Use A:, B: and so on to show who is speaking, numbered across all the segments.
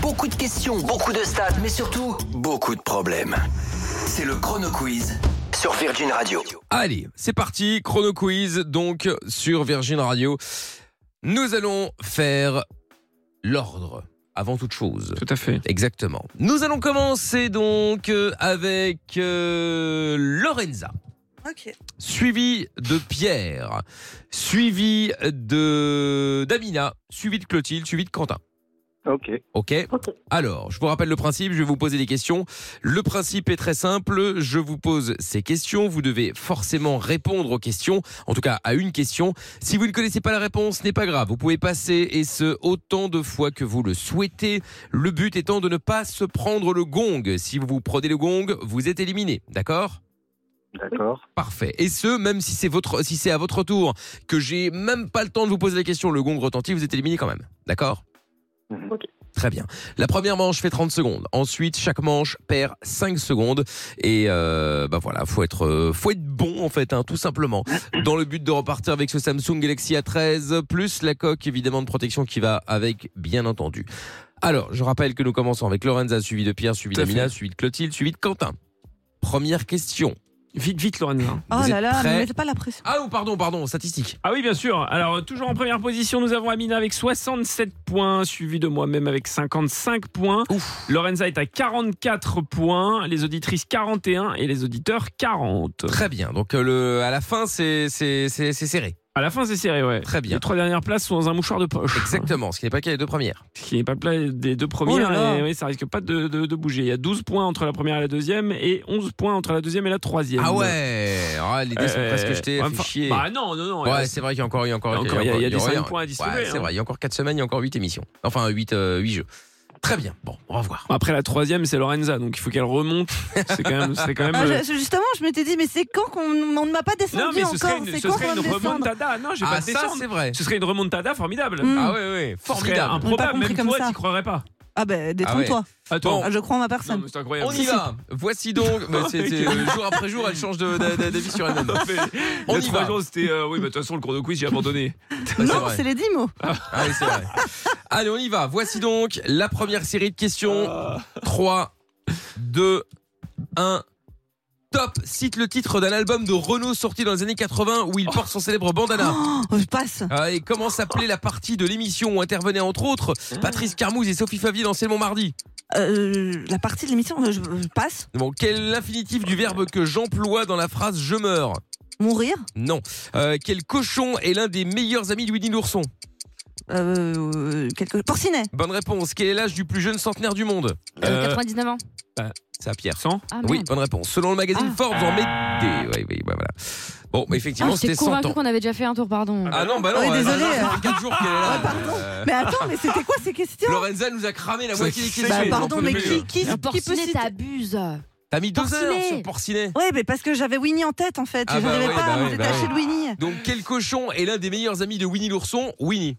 A: beaucoup de questions, beaucoup de stats, mais surtout beaucoup de problèmes. C'est le Chrono Quiz sur Virgin Radio.
B: Allez, c'est parti, chrono quiz donc sur Virgin Radio. Nous allons faire l'ordre avant toute chose.
C: Tout à fait.
B: Exactement. Nous allons commencer donc euh, avec euh, Lorenza,
D: Ok.
B: suivi de Pierre, suivi de Damina, suivi de Clotilde, suivi de Quentin.
E: Ok.
B: Ok. Alors, je vous rappelle le principe, je vais vous poser des questions. Le principe est très simple, je vous pose ces questions, vous devez forcément répondre aux questions, en tout cas à une question. Si vous ne connaissez pas la réponse, ce n'est pas grave, vous pouvez passer et ce autant de fois que vous le souhaitez. Le but étant de ne pas se prendre le gong. Si vous prenez le gong, vous êtes éliminé, d'accord
E: D'accord.
B: Parfait. Et ce, même si c'est votre, si c'est à votre tour que j'ai même pas le temps de vous poser la question, le gong retentit, vous êtes éliminé quand même. D'accord
E: Mhm.
D: Ok.
B: Très bien. La première manche fait 30 secondes. Ensuite, chaque manche perd 5 secondes. Et euh, bah voilà, faut être, euh, faut être bon en fait, hein, tout simplement. Dans le but de repartir avec ce Samsung Galaxy A13 plus la coque évidemment de protection qui va avec, bien entendu. Alors, je rappelle que nous commençons avec Lorenza, suivi de Pierre, suivi
C: Tout à
B: d'Amina, suivi de Clotilde, suivi de Quentin. Première question.
C: Vite, vite, hein. Lorenza.
D: Oh
B: Vous
D: là
B: êtes
D: là, ne
B: prêts
D: me mettez pas la pression.
B: Ah ou pardon, pardon, statistique.
C: Ah oui, bien sûr. Alors, toujours en première position, nous avons Amina avec 67 points, suivi de moi-même avec 55 points.
B: Ouf.
C: Lorenza est à 44 points, les auditrices 41 et les auditeurs 40.
B: Très bien. Donc euh, le, à la fin, c'est c'est- c'est- c'est serré.
C: À la fin, c'est serré, ouais.
B: Très bien.
C: Les trois dernières places sont dans un mouchoir de poche.
B: Exactement. Ce qui n'est pas qu'il y a les deux premières.
C: Ce qui n'est pas le plat des deux
D: Oh
C: premières,
D: là là.
C: et oui, ça risque pas de, de- de bouger. Il y a 12 points entre la première et la deuxième, et 11 points entre la deuxième et la troisième.
B: Ah ouais. Ah, les dés sont
C: Euh,
B: presque jetés.
C: ouais,
B: fait
C: enfin,
B: chier.
C: Bah non, non, non.
B: Ouais,
C: il
B: c'est vrai qu'il y a encore, il y a encore,
C: y a encore- il y a- il y a du
B: encore-
C: 5 points à distribuer.
B: Ouais, c'est
C: hein.
B: vrai, il y a encore 4 semaines, il y a encore 8 émissions. Enfin, 8, jeux. Très bien, bon, on va voir.
C: Après la troisième, c'est Lorenza, donc il faut qu'elle remonte. C'est quand même. C'est quand même
D: Ah,
C: euh,
D: je- je- justement, je m'étais dit, mais c'est quand qu'on on ne m'a pas descendu
C: Non, mais ce serait
D: encore
C: une,
D: C'est
C: ce
D: quand
C: serait
D: qu'on va
C: une
D: me descendre
C: remontada. Non, j'ai pas
B: Ah,
C: de
B: ça,
C: descendre.
B: c'est vrai.
C: Ce serait une remontada formidable.
D: Mm.
B: Ah ouais, ouais,
C: Ce serait
B: formidable.
D: On l'a pas
C: improbable,
D: compris
C: même
D: comme
C: toi,
D: ça.
C: t'y croirais pas.
D: Ah ben, détrompe-toi.
C: Attends.
D: Ah, Je crois en ma personne.
C: Non, mais c'est incroyable.
B: On y va. Voici donc, bah, c'est- c'est, euh, jour après jour, elle change de- de- de- d'avis sur elle-même.
C: Non, mais
B: On
C: il y a
B: y
C: trois
B: va.
C: jours, c'était. euh, oui, bah, de toute façon, le cours de quiz, j'ai abandonné.
B: Bah, c'est
D: non,
B: vrai.
D: c'est les 10 mots.
B: Ah oui, c'est vrai. Allez, on y va. Voici donc la première série de questions.
C: Euh,
B: 3, 2, 1. Top cite le titre d'un album de Renault sorti dans les années 80 où
F: Oh.
B: il porte son célèbre bandana.
D: Oh, je passe.
B: Ah, et comment s'appelait la partie de l'émission où intervenaient entre autres
F: Ah.
B: Patrice Carmouze et Sophie Favier dans C'est mon mardi
D: Euh, la partie de l'émission, je, je passe.
B: Bon, quel est l'infinitif du verbe que j'emploie dans la phrase je meurs
D: Mourir.
B: Non. Euh, quel cochon est l'un des meilleurs amis de Winnie l'ourson
D: Euh, quelque... Porcinet.
B: Bonne réponse. Quel est l'âge du plus jeune centenaire du monde
C: Euh,
F: 99 ans.
B: C'est à Pierre.
C: Sans
F: Ah,
B: Oui,
F: merde.
B: bonne réponse. Selon le magazine
F: Ah.
B: Forbes, en mai. Des... Oui, oui, bah, voilà. Bon, mais effectivement,
F: Ah,
B: c'était
F: j'étais
B: 100
F: convaincu
B: ans.
F: qu'on avait déjà fait un tour, pardon.
B: Ah non, bah non,
D: Ouais,
B: euh,
D: désolé.
B: non, non, ça fait 4 jours qu'elle est là.
D: Ouais, pardon.
B: Euh,
D: Mais attends, mais c'était quoi ces questions
B: Lorenza nous a cramé la
C: Ça,
B: moitié des
C: c'est-
B: questions.
D: Bah
C: mais on
D: pardon,
C: peut
D: mais
C: plus,
B: euh,
D: qui,
C: hein.
D: qui, Bah
F: Le
D: qui peut
F: porcinet,
D: citer
F: t'abuses.
B: T'as mis 2 heures
F: Porcinet.
B: sur Porcinet.
D: Ouais, mais parce que j'avais Winnie en tête en fait.
B: Ah,
D: et
B: bah
D: J'arrivais
B: ouais,
D: pas
B: bah
D: à me
B: ouais, bah
D: détacher
B: ouais.
D: de Winnie.
B: Donc quel cochon est l'un des meilleurs amis de Winnie l'ourson Winnie.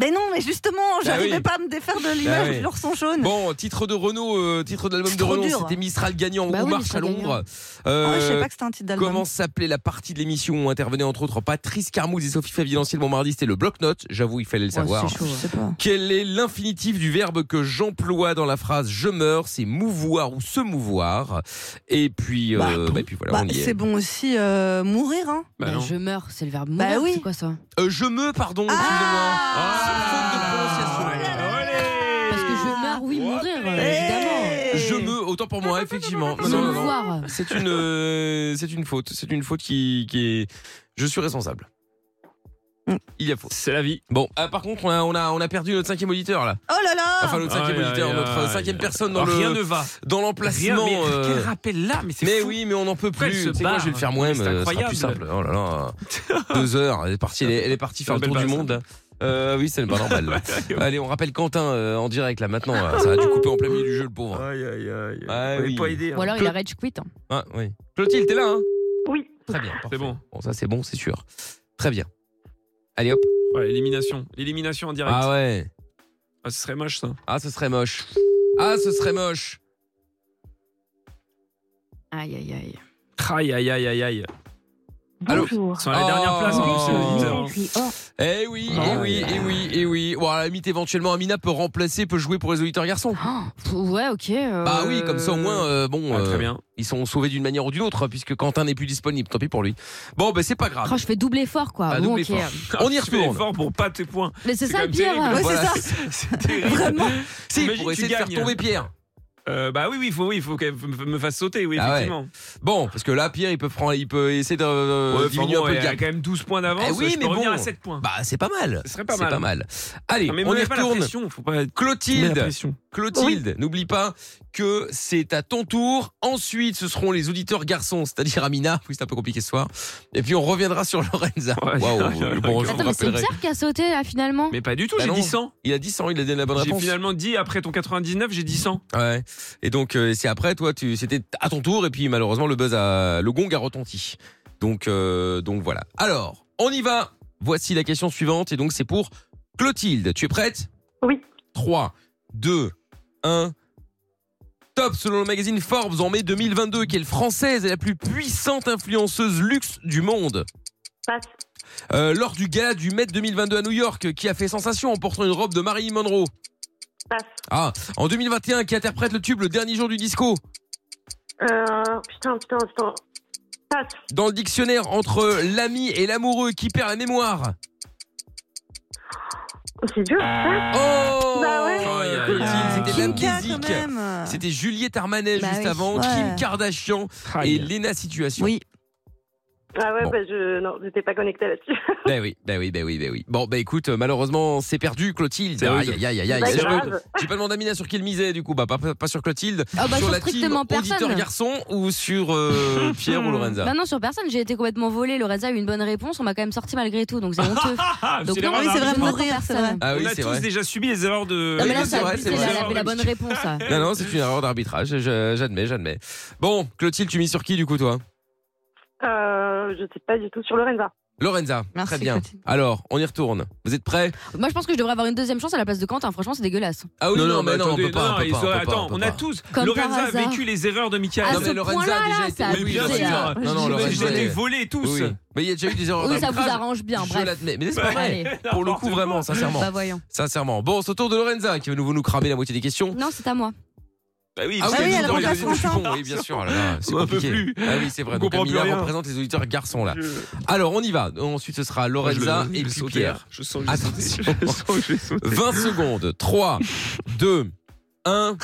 D: Mais non, mais justement, j'arrivais
B: oui.
D: pas à me défaire de l'image
B: oui.
D: de l'ourson jaune.
B: Bon, titre de Renault, euh, titre de l'album
D: C'est
B: de
D: trop
B: Renault,
D: dur.
B: c'était Mistral gagnant
F: Bah
B: ou
F: oui,
B: Marche à
F: Mistral
B: Londres.
D: Ah ouais, je
B: Euh,
D: sais pas que c'était un titre d'album.
B: Comment s'appelait la partie de l'émission où intervenaient entre autres Patrice Carmouze et Sophie Favier dans Ciel mardi C'était le bloc-notes, j'avoue, il fallait le savoir.
F: Ouais, c'est chaud.
D: Je sais pas.
B: Quel est l'infinitif du verbe que j'emploie dans la phrase je meurs C'est mouvoir ou se mouvoir. Et puis, euh,
D: Bah,
B: bah, et puis voilà,
D: Bah,
B: on y est.
D: c'est bon aussi euh, mourir, hein.
C: Bah
F: Bah,
C: non.
F: je meurs, c'est le verbe
D: Bah
F: mourir.
D: oui.
F: C'est quoi ça
B: Euh, je me, pardon, Ah,
C: Ah,
D: Ah
B: excusez-moi. C'est faute de prononciation.
C: Olé.
F: Parce que je meurs,
D: Eh
F: oui, mourir, euh, évidemment.
D: Hey
B: Je me, autant pour moi, effectivement. Non,
F: Se
B: non, non, non.
F: mouvoir.
B: C'est une, euh, c'est une faute. C'est une faute qui, qui est. Je suis responsable.
D: Mm.
B: Il y a faute.
C: C'est la vie.
B: Bon, ah, par contre, on a, on a, on a perdu notre cinquième auditeur là.
D: Oh là là
B: Enfin, notre cinquième
C: Aïe, aïe,
B: auditeur, notre euh,
C: aïe.
B: cinquième personne dans
C: Rien ne
B: le,
C: va.
B: dans l'emplacement.
C: Rien, mais
B: euh,
C: Quel rappel là, mais c'est
B: Mais
C: fou.
B: oui, mais on n'en peut
C: Pourquoi
B: plus.
C: elle se
B: Tu sais quoi,
C: barre
B: je vais le faire
C: Mais
B: moi-même.
C: c'est
B: euh, Ce sera plus simple.
C: incroyable.
B: Oh là là. Deux heures. Elle est partie. Elle est, elle est partie faire le
C: C'est une
B: tour
C: belle
B: du
C: base.
B: monde. Euh, oui, c'est pas normal. Allez, on rappelle Quentin euh, en direct là maintenant. là. Ça a dû couper en plein milieu du jeu le pauvre.
C: Aïe, aïe, aïe.
B: Ah,
C: On est
B: oui.
C: pas aidé. hein.
F: Ou alors il a rage quit. hein.
B: Ah, oui. Clotilde, t'es là hein
G: Oui.
B: Très bien. parfait.
C: C'est bon.
B: Bon, ça c'est bon, c'est sûr. Très bien. Allez hop.
C: Ouais, L'élimination. L'élimination en direct.
B: Ah ouais.
C: Ah, ce serait moche ça.
B: Ah, ce serait moche. Ah, ce serait moche.
F: Aïe, aïe, aïe.
C: Aïe aïe aïe aïe aïe.
B: Allô
G: Bonjour.
C: Ils sont à la dernière place en plus, les
B: Oh.
C: auditeurs.
G: Écrit hors
B: Eh oui,
C: Ah.
B: eh oui, eh oui, eh oui. Bon, à la limite, éventuellement, Amina peut remplacer, peut jouer pour les auditeurs garçons.
F: Oh, pff, ouais, ok. euh,
B: Bah oui, comme ça au moins, euh, bon,
C: Ah,
B: euh,
C: Très bien.
B: ils sont sauvés d'une manière ou d'une autre, puisque Quentin n'est plus disponible, tant pis pour lui. Bon, bah c'est pas grave.
F: Oh, je fais double effort, quoi.
B: Ah,
F: Bon,
B: double
F: ok.
B: effort. On y
C: Tu fais
B: retourne.
C: l'effort pour pas tes points.
F: Mais c'est
C: C'est
F: ça le
C: quand
F: pire.
C: même terrible.
D: Ouais,
B: Voilà,
D: c'est ça.
C: C'est terrible.
D: Vraiment.
B: Si,
C: T'imagines,
B: pour
C: tu
B: essayer de faire
C: gagnes.
B: tomber Pierre.
C: Euh, bah oui, oui, il faut, oui, faut qu'elle me me fasse sauter, oui,
B: Ah ouais.
C: effectivement.
B: Bon, parce que là, Pierre, il peut prendre, il peut essayer de euh,
C: Ouais,
B: diminuer
C: enfin bon,
B: un peu le
C: elle a
B: gap.
C: quand même 12 points d'avance.
B: Eh oui,
C: je
B: mais
C: peux revenir
B: bon.
C: à 7 points.
B: Bah, c'est pas mal.
C: Ce serait pas
B: C'est
C: mal.
B: pas mal. Allez,
C: Non, mais
B: on
C: me
B: y
C: mets pas la
B: retourne.
C: pression, faut pas mets la
B: Clotilde,
C: pression.
B: Clotilde, n'oublie pas que c'est à ton tour. Ensuite, ce seront les auditeurs garçons, c'est-à-dire Amina. Oui, c'est un peu compliqué ce soir. Et puis, on reviendra sur Lorenza.
C: Ouais.
B: Waouh, bon, je vous
F: Attends, mais c'est
B: rappellerai.
F: Pierre qui a sauté, là, finalement.
C: Mais pas du tout,
B: Bah
C: j'ai
B: non.
C: dit 100.
B: Il a dit 100, il a donné la bonne
C: J'ai
B: réponse.
C: finalement dit après ton 99, j'ai dit 100.
B: Ouais. Et donc, euh, c'est après, toi, tu, c'était à ton tour, et puis malheureusement, le buzz a, le gong a retenti. Donc, euh, donc voilà. Alors, on y va. Voici la question suivante, et donc c'est pour Clotilde. Tu es prête
G: Oui.
B: 3, 2, 1. Top, selon le magazine Forbes en mai 2022, qui est le française et la plus puissante influenceuse luxe du monde.
G: passe.
B: Euh, lors du gala du Met 2022 à New York, qui a fait sensation en portant une robe de Marilyn Monroe.
G: Passe.
B: Ah, en 2021, qui interprète le tube Le Dernier Jour du Disco.
G: Euh, putain, putain, putain. Passe.
B: dans le dictionnaire entre l'ami et l'amoureux qui perd la mémoire.
G: C'est dur. Passe.
C: Ah.
B: Oh
G: Bah ouais.
C: Aïe, aïe,
B: Clotilde,
C: aïe.
B: c'était
D: Kim
B: même
D: K,
B: Basic.
D: Ah. quand même.
B: C'était Juliette Armanet
F: Bah
B: juste
F: oui.
B: avant,
D: Ouais.
B: Kim Kardashian et Lena Situation.
D: Oui.
G: Ah ouais,
B: Bon.
G: bah je. Non, j'étais pas connectée là-dessus.
B: Bah oui, bah oui, bah oui, bah oui. Bon, bah écoute, euh, malheureusement, c'est perdu, Clotilde.
C: C'est
B: Aïe,
C: rude.
B: aïe, aïe, aïe,
G: C'est
B: aïe.
G: pas
B: J'ai pas-
G: Bah, grave.
B: J'ai pas demandé à Mina sur qui elle misait, du coup. Bah, pas, pas- pas sur Clotilde.
F: Ah, bah,
B: sur
F: sur
B: la team
F: strictement
B: auditeur
F: personne.
B: garçon ou sur euh, Pierre ou Lorenza
F: Bah non, sur personne, j'ai été complètement volée. Lorenza a eu une bonne réponse. On m'a quand même sorti malgré tout, donc c'est honteux.
C: Ah,
F: Donc,
C: la
F: non,
D: Ah oui,
C: bonne
D: c'est vrai,
C: arbitre.
F: vraiment
D: mourir, c'est
F: personne.
D: vrai.
B: Ah oui,
C: On a
B: c'est
C: tous
B: vrai.
C: déjà subi les erreurs de.
F: Non, mais là,
B: c'est
F: ça
B: vrai,
F: a
B: c'est
F: buté,
B: vrai.
F: elle avait la bonne réponse. ça.
B: Non, non, c'est une erreur d'arbitrage. je- J'admets, j'admets. Bon, Clotilde, tu mises sur qui, du coup, toi
G: Euh, je sais pas du tout sur Lorenza.
B: Lorenza,
D: Merci,
B: très bien.
D: Clotilde.
B: Alors, on y retourne. Vous êtes prêts
F: Moi, je pense que je devrais avoir une deuxième chance à la place de Quentin. Franchement, c'est dégueulasse.
B: Ah oui,
C: non,
B: non,
C: non,
B: mais
C: mais
B: non, on
C: attendez,
B: peut pas,
C: non,
B: on peut
C: ils
B: pas,
C: sont-
B: on peut pas,
C: attends,
B: peut
C: on
B: pas.
C: a tous.
F: Comme par
C: Lorenza a
F: hasard.
C: vécu les erreurs de
F: À
B: Non,
C: Michael.
F: ce
B: mais Lorenza
F: point-là,
B: a
F: là,
B: déjà
F: ça a
B: été. Oui,
F: abusé,
B: Lorenza.
F: hein.
B: Non, non,
D: Je-
C: Mais
B: Lorenza.
C: je
D: raisonner.
C: les ai
B: elle-
C: volés tous.
B: Oui, oui. Mais il y a déjà eu des erreurs
F: Oui, ça vous
B: d'arbitrage.
F: arrange bien,
B: Je
F: bref.
B: l'admets. Mais c'est
C: Bah,
B: pas vrai.
F: Allez,
B: Pour le coup, vraiment, sincèrement.
F: bah voyons.
B: Sincèrement. Bon, c'est au tour de Lorenza qui va nouveau nous cramer la moitié des questions.
F: Non, c'est à moi.
C: Bah oui,
D: Ah
C: parce
D: oui,
C: que
B: elle
D: elle
C: dans les
D: remplace
C: réseaux, je suis
D: Quentin.
C: con,
B: oui, bien sûr. oh là là, c'est
C: On en peut
B: compliqué.
C: plus.
B: Ah oui, c'est vrai.
C: On
B: Donc
C: comprend plus
B: Amina
C: rien.
B: représente les auditeurs garçons là.
C: Je-
B: Alors, on y va. Ensuite, ce sera Lorenza
C: Je le-
B: et
C: je
B: puis
C: saute
B: Pierre.
C: derrière. Je sens que j'ai sauté.
B: Attention.
C: Je sens que j'ai sauté.
B: 20 secondes. 3, 2, 1.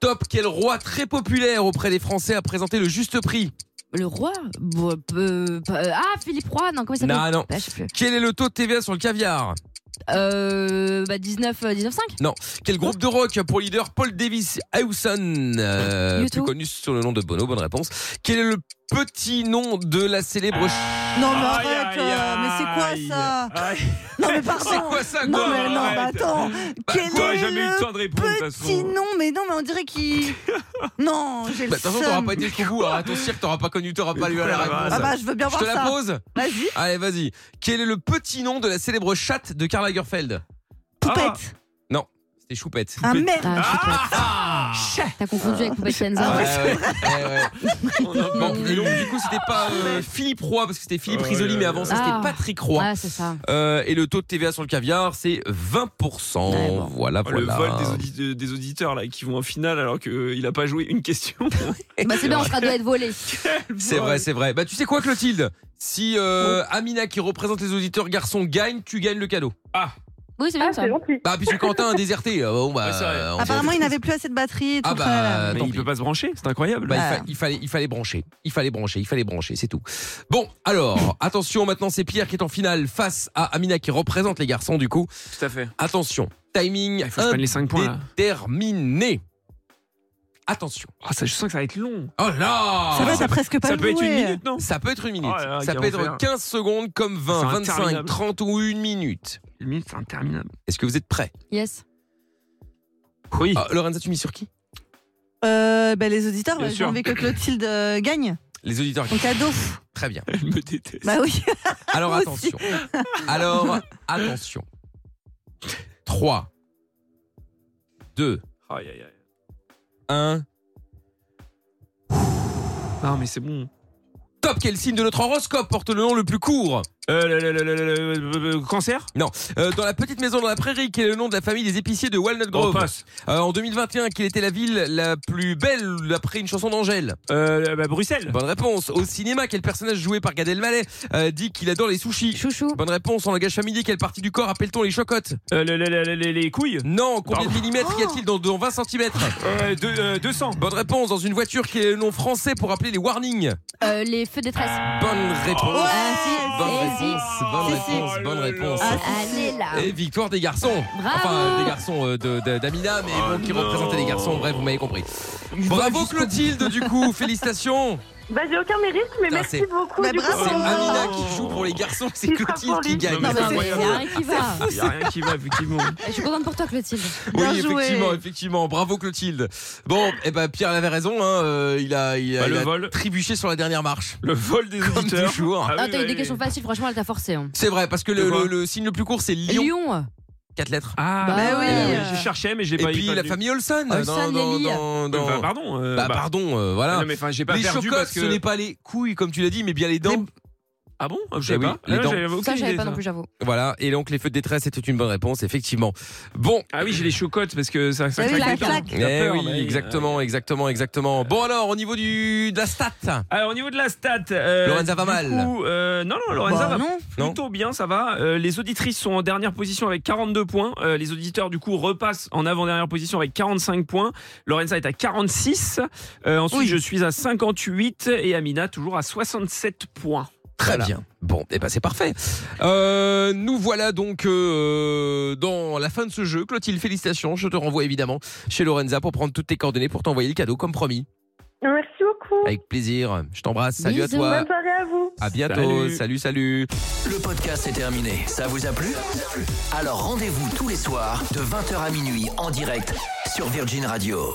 B: Top, quel roi très populaire auprès des Français a présenté le juste prix
F: Le roi Bon, euh, euh, Ah, Philippe Roy, non, comment il s'appelle
B: Non, non.
F: Bah, je sais plus.
B: Quel est le taux de TVA sur le caviar
F: Euh, bah 19, euh, 19,5
B: Quel groupe de rock pour leader Paul Davis Hewson euh,
F: U2.
B: Plus connu sous le nom de Bono, bonne réponse. Quel est le petit nom de la
D: Ah.
B: célèbre... ch-
D: Non, mais
C: Aïe, aïe,
D: arrête, euh, mais
C: aïe.
D: c'est quoi ça
C: Aïe.
D: Non, mais pardon.
B: C'est quoi Bah, ça,
D: Non,
B: quoi Bah,
D: mais non, mais
C: Arrête.
D: attends. Quel
C: Toi,
D: est
C: jamais eu le
D: le
C: temps de répondre, de toute
D: petit
C: façon.
D: nom Mais non, mais on dirait qu'il. Non,
B: Bah,
D: j'ai le
B: De toute façon, t'auras
D: seum.
B: pas été jusqu'au bout, alors à ton cirque, t'auras pas connu, t'auras pas lu à la
C: Mais pourquoi
B: réponse.
C: la
D: Ah bah, je veux bien
B: Je
D: voir
B: te la
D: ça.
B: pose
D: Vas-y,
B: Allez, vas-y. Quel est le petit nom de la célèbre chatte de Karl Lagerfeld Ah,
D: poupette.
B: C'est Choupette.
D: Ah, merde.
F: Ah, je sais
B: Ah
F: pas. T'as confondu avec Poupée Kenza.
B: Ouais, Ah, ouais, ouais, ouais.
C: On en peut
B: Bon,
C: plus.
B: et donc, du coup, c'était pas euh, Philippe Roy, parce que c'était Philippe
C: Oh là
B: Risoli,
C: là
B: mais avant ça,
F: là.
B: c'était
F: Ah.
B: Patrick Roy.
F: Ah, c'est ça.
B: Euh, et le taux de TVA sur le caviar, c'est 20%.
F: Ouais, bon.
B: Voilà,
C: Oh,
B: voilà.
C: Le vol des, audi- de- des auditeurs là qui vont en finale alors qu'il a pas joué une question.
F: Bah, c'est bien, on sera doit être volé.
B: C'est vrai, c'est vrai. Bah, tu sais quoi, Clotilde Si euh, Amina, qui représente les auditeurs garçons, gagne, tu gagnes le cadeau.
C: Ah,
F: Oui, c'est bien
G: Ah,
F: ça.
G: c'est gentil.
B: Bah, puisque Quentin a déserté. euh, bon, bah,
C: Ouais, c'est vrai.
B: euh, on s'en
D: Apparemment,
B: fout.
D: il n'avait plus assez de batterie et tout
B: Ah, bah,
D: ça. là.
B: tant
C: mais il
B: pis.
C: peut pas se brancher, c'est incroyable.
B: Bah, il, fa-
D: Ouais.
B: il fallait, il fallait brancher. Il fallait brancher, il fallait brancher, c'est tout. Bon, alors, attention, maintenant c'est Pierre qui est en finale face à Amina qui représente les garçons du coup.
C: tout à fait.
B: Attention, timing
C: Ah, Il faut que je prenne les 5 points là.
B: indéterminé. Attention.
C: Ah, ça, je sens que ça va être long.
B: Oh là
D: Ça va, t'as presque pas
C: Ah, ça peut être une
D: joué.
C: minute, non
B: Ça peut être une minute.
C: Oh là là,
B: ça
C: quel
B: peut être
C: enfer.
B: 15 secondes comme 20,
C: C'est
B: 25,
C: interminable.
B: 30 ou une minute.
C: Une minute, c'est interminable.
B: Est-ce que vous êtes prêts
F: Yes.
C: Oui.
B: Ah, Lorenza, tu mis sur qui
D: Euh, bah, les auditeurs,
C: Bien
D: bah, j'ai
C: sûr.
D: envie que Clotilde euh, gagne.
B: Les auditeurs.
D: Ton cadeau.
B: Très bien.
C: Elle me déteste.
D: Bah oui.
B: Alors
D: Moi
B: attention. Alors attention. 3, 2,
C: Aïe, aïe, aïe.
B: 1.
C: Non, mais c'est bon.
B: Top Hop, quel signe de notre horoscope porte le nom le plus court
C: Euh, le, le- le- le- le- le- le- cancer
B: Euh, Dans la petite maison dans la prairie, quel est le nom de la famille des épiciers de Walnut
C: On
B: Grove
C: Oh, passe.
B: Euh, En 2021, quelle était la ville la plus belle après une chanson d'Angèle
C: Euh, bah, Bruxelles.
B: Bonne réponse. Au cinéma, quel personnage joué par Gad Elmaleh euh, dit qu'il adore les sushis
F: Chouchou.
B: Bonne réponse. En langage familier, quelle partie du corps appelle-t-on les chocottes
C: Euh, le- le- le- le- les couilles.
B: Non, combien de
C: Pardon.
B: millimètres y a-t-il dans, dans 20 cm
C: Euh, deux- euh, 200.
B: Bonne réponse. Dans une voiture, quel est le nom français pour appeler les warnings
F: Euh, les feux de détresse.
B: Bonne réponse.
D: Ouais.
F: Ah, si,
B: Bonne
F: eh, si.
B: réponse, bonne
D: Si, si.
B: réponse, bonne réponse.
D: Ah,
F: Allez là.
B: Et victoire des garçons.
F: Bravo.
B: Enfin, des garçons euh, de- de- d'Amina, mais
F: Oh
B: bon, qui représentaient les garçons. Bref, vous m'avez compris. Bravo Clotilde, du coup, félicitations.
G: Bah, j'ai aucun mérite, mais
B: Putain,
G: merci
B: c'est-
G: beaucoup.
D: Bah,
G: du coup,
D: bravo.
B: C'est
G: pour-
B: Amina qui joue pour les garçons, c'est
G: Il sera pour
B: Clotilde qui
G: lui.
B: gagne.
C: Non,
F: Non, mais
C: Ah,
F: c'est-
C: ouais,
F: y a rien qui va.
C: Il a rien qui va, effectivement.
F: Je suis contente pour toi, Clotilde.
D: Bien
B: oui,
D: joué.
B: effectivement, effectivement. Bravo Clotilde. Bon, eh ben Pierre avait raison, hein, euh, il a, il a-
C: Bah,
B: il
C: le
B: a
C: vol.
B: trébuché sur la dernière marche.
C: Le vol des
B: Comme
C: auditeurs.
B: toujours.
F: Ah,
C: oui,
F: t'as eu
C: oui,
F: des
C: oui.
F: questions faciles, franchement, elle t'a forcé. hein.
B: C'est vrai, parce que le,
C: De quoi
B: le- le signe le plus court, c'est Lyon.
F: Lyon.
B: Quatre lettres.
C: Ah,
F: Bah
C: ouais,
F: oui,
C: ouais,
D: euh.
C: Je cherchais, mais j'ai
B: Et
C: pas
B: puis
C: pas
B: la
C: vu.
B: famille Olson.
F: Olsen, Lily.
B: dans- dans-
C: Bah, pardon. euh,
B: Bah,
C: bah,
B: pardon, euh, voilà.
C: Non, mais enfin, j'ai pas
B: les
C: perdu
B: chocottes,
C: parce que.
B: ce n'est pas les couilles, comme tu l'as dit, mais bien les dents.
C: Ah bon Je
B: Eh
C: sais
B: oui,
C: pas.
B: les
C: Ah,
B: dents.
C: j'avais aucune
F: Ça, je savais
C: idée
F: pas
C: de
F: non plus, j'avoue.
B: Voilà. Et donc, les feux de détresse, c'était une bonne réponse, effectivement. Bon.
C: Ah oui, j'ai les chocottes parce que ça, ça
D: Ah oui,
C: claque
D: la
C: les dents.
D: claque.
C: J'ai
B: Eh
C: peur,
B: oui,
C: mais-
B: exactement, exactement,
C: Euh.
B: exactement. Bon, alors, au niveau du, de la stat.
C: Alors, au niveau de la stat. euh,
B: Lorenza va
C: du
B: mal.
C: coup, euh, non, non, Lorenza va
D: Bah, non.
B: Non.
C: plutôt bien, ça va. Euh, les auditrices sont en dernière position avec 42 points. Euh, les auditeurs, du coup, repassent en avant-dernière position avec 45 points. Lorenza est à 46. Euh, ensuite,
D: Oui.
C: je suis à 58 et Amina toujours à 67 points.
B: Très
C: Voilà.
B: bien. Bon, et ben c'est parfait. Euh, nous voilà donc euh, dans la fin de ce jeu. Clotilde, félicitations. Je te renvoie évidemment chez Lorenza pour prendre toutes tes coordonnées pour t'envoyer le cadeau comme promis.
G: Merci beaucoup.
B: Avec plaisir. Je t'embrasse. Salut à
F: Bisous.
B: toi.
G: Bonne soirée à vous.
B: À bientôt. salut.
C: Salut.
B: salut.
A: Le podcast est terminé. Ça vous a plu Alors rendez-vous tous les soirs de 20h à minuit en direct sur Virgin Radio.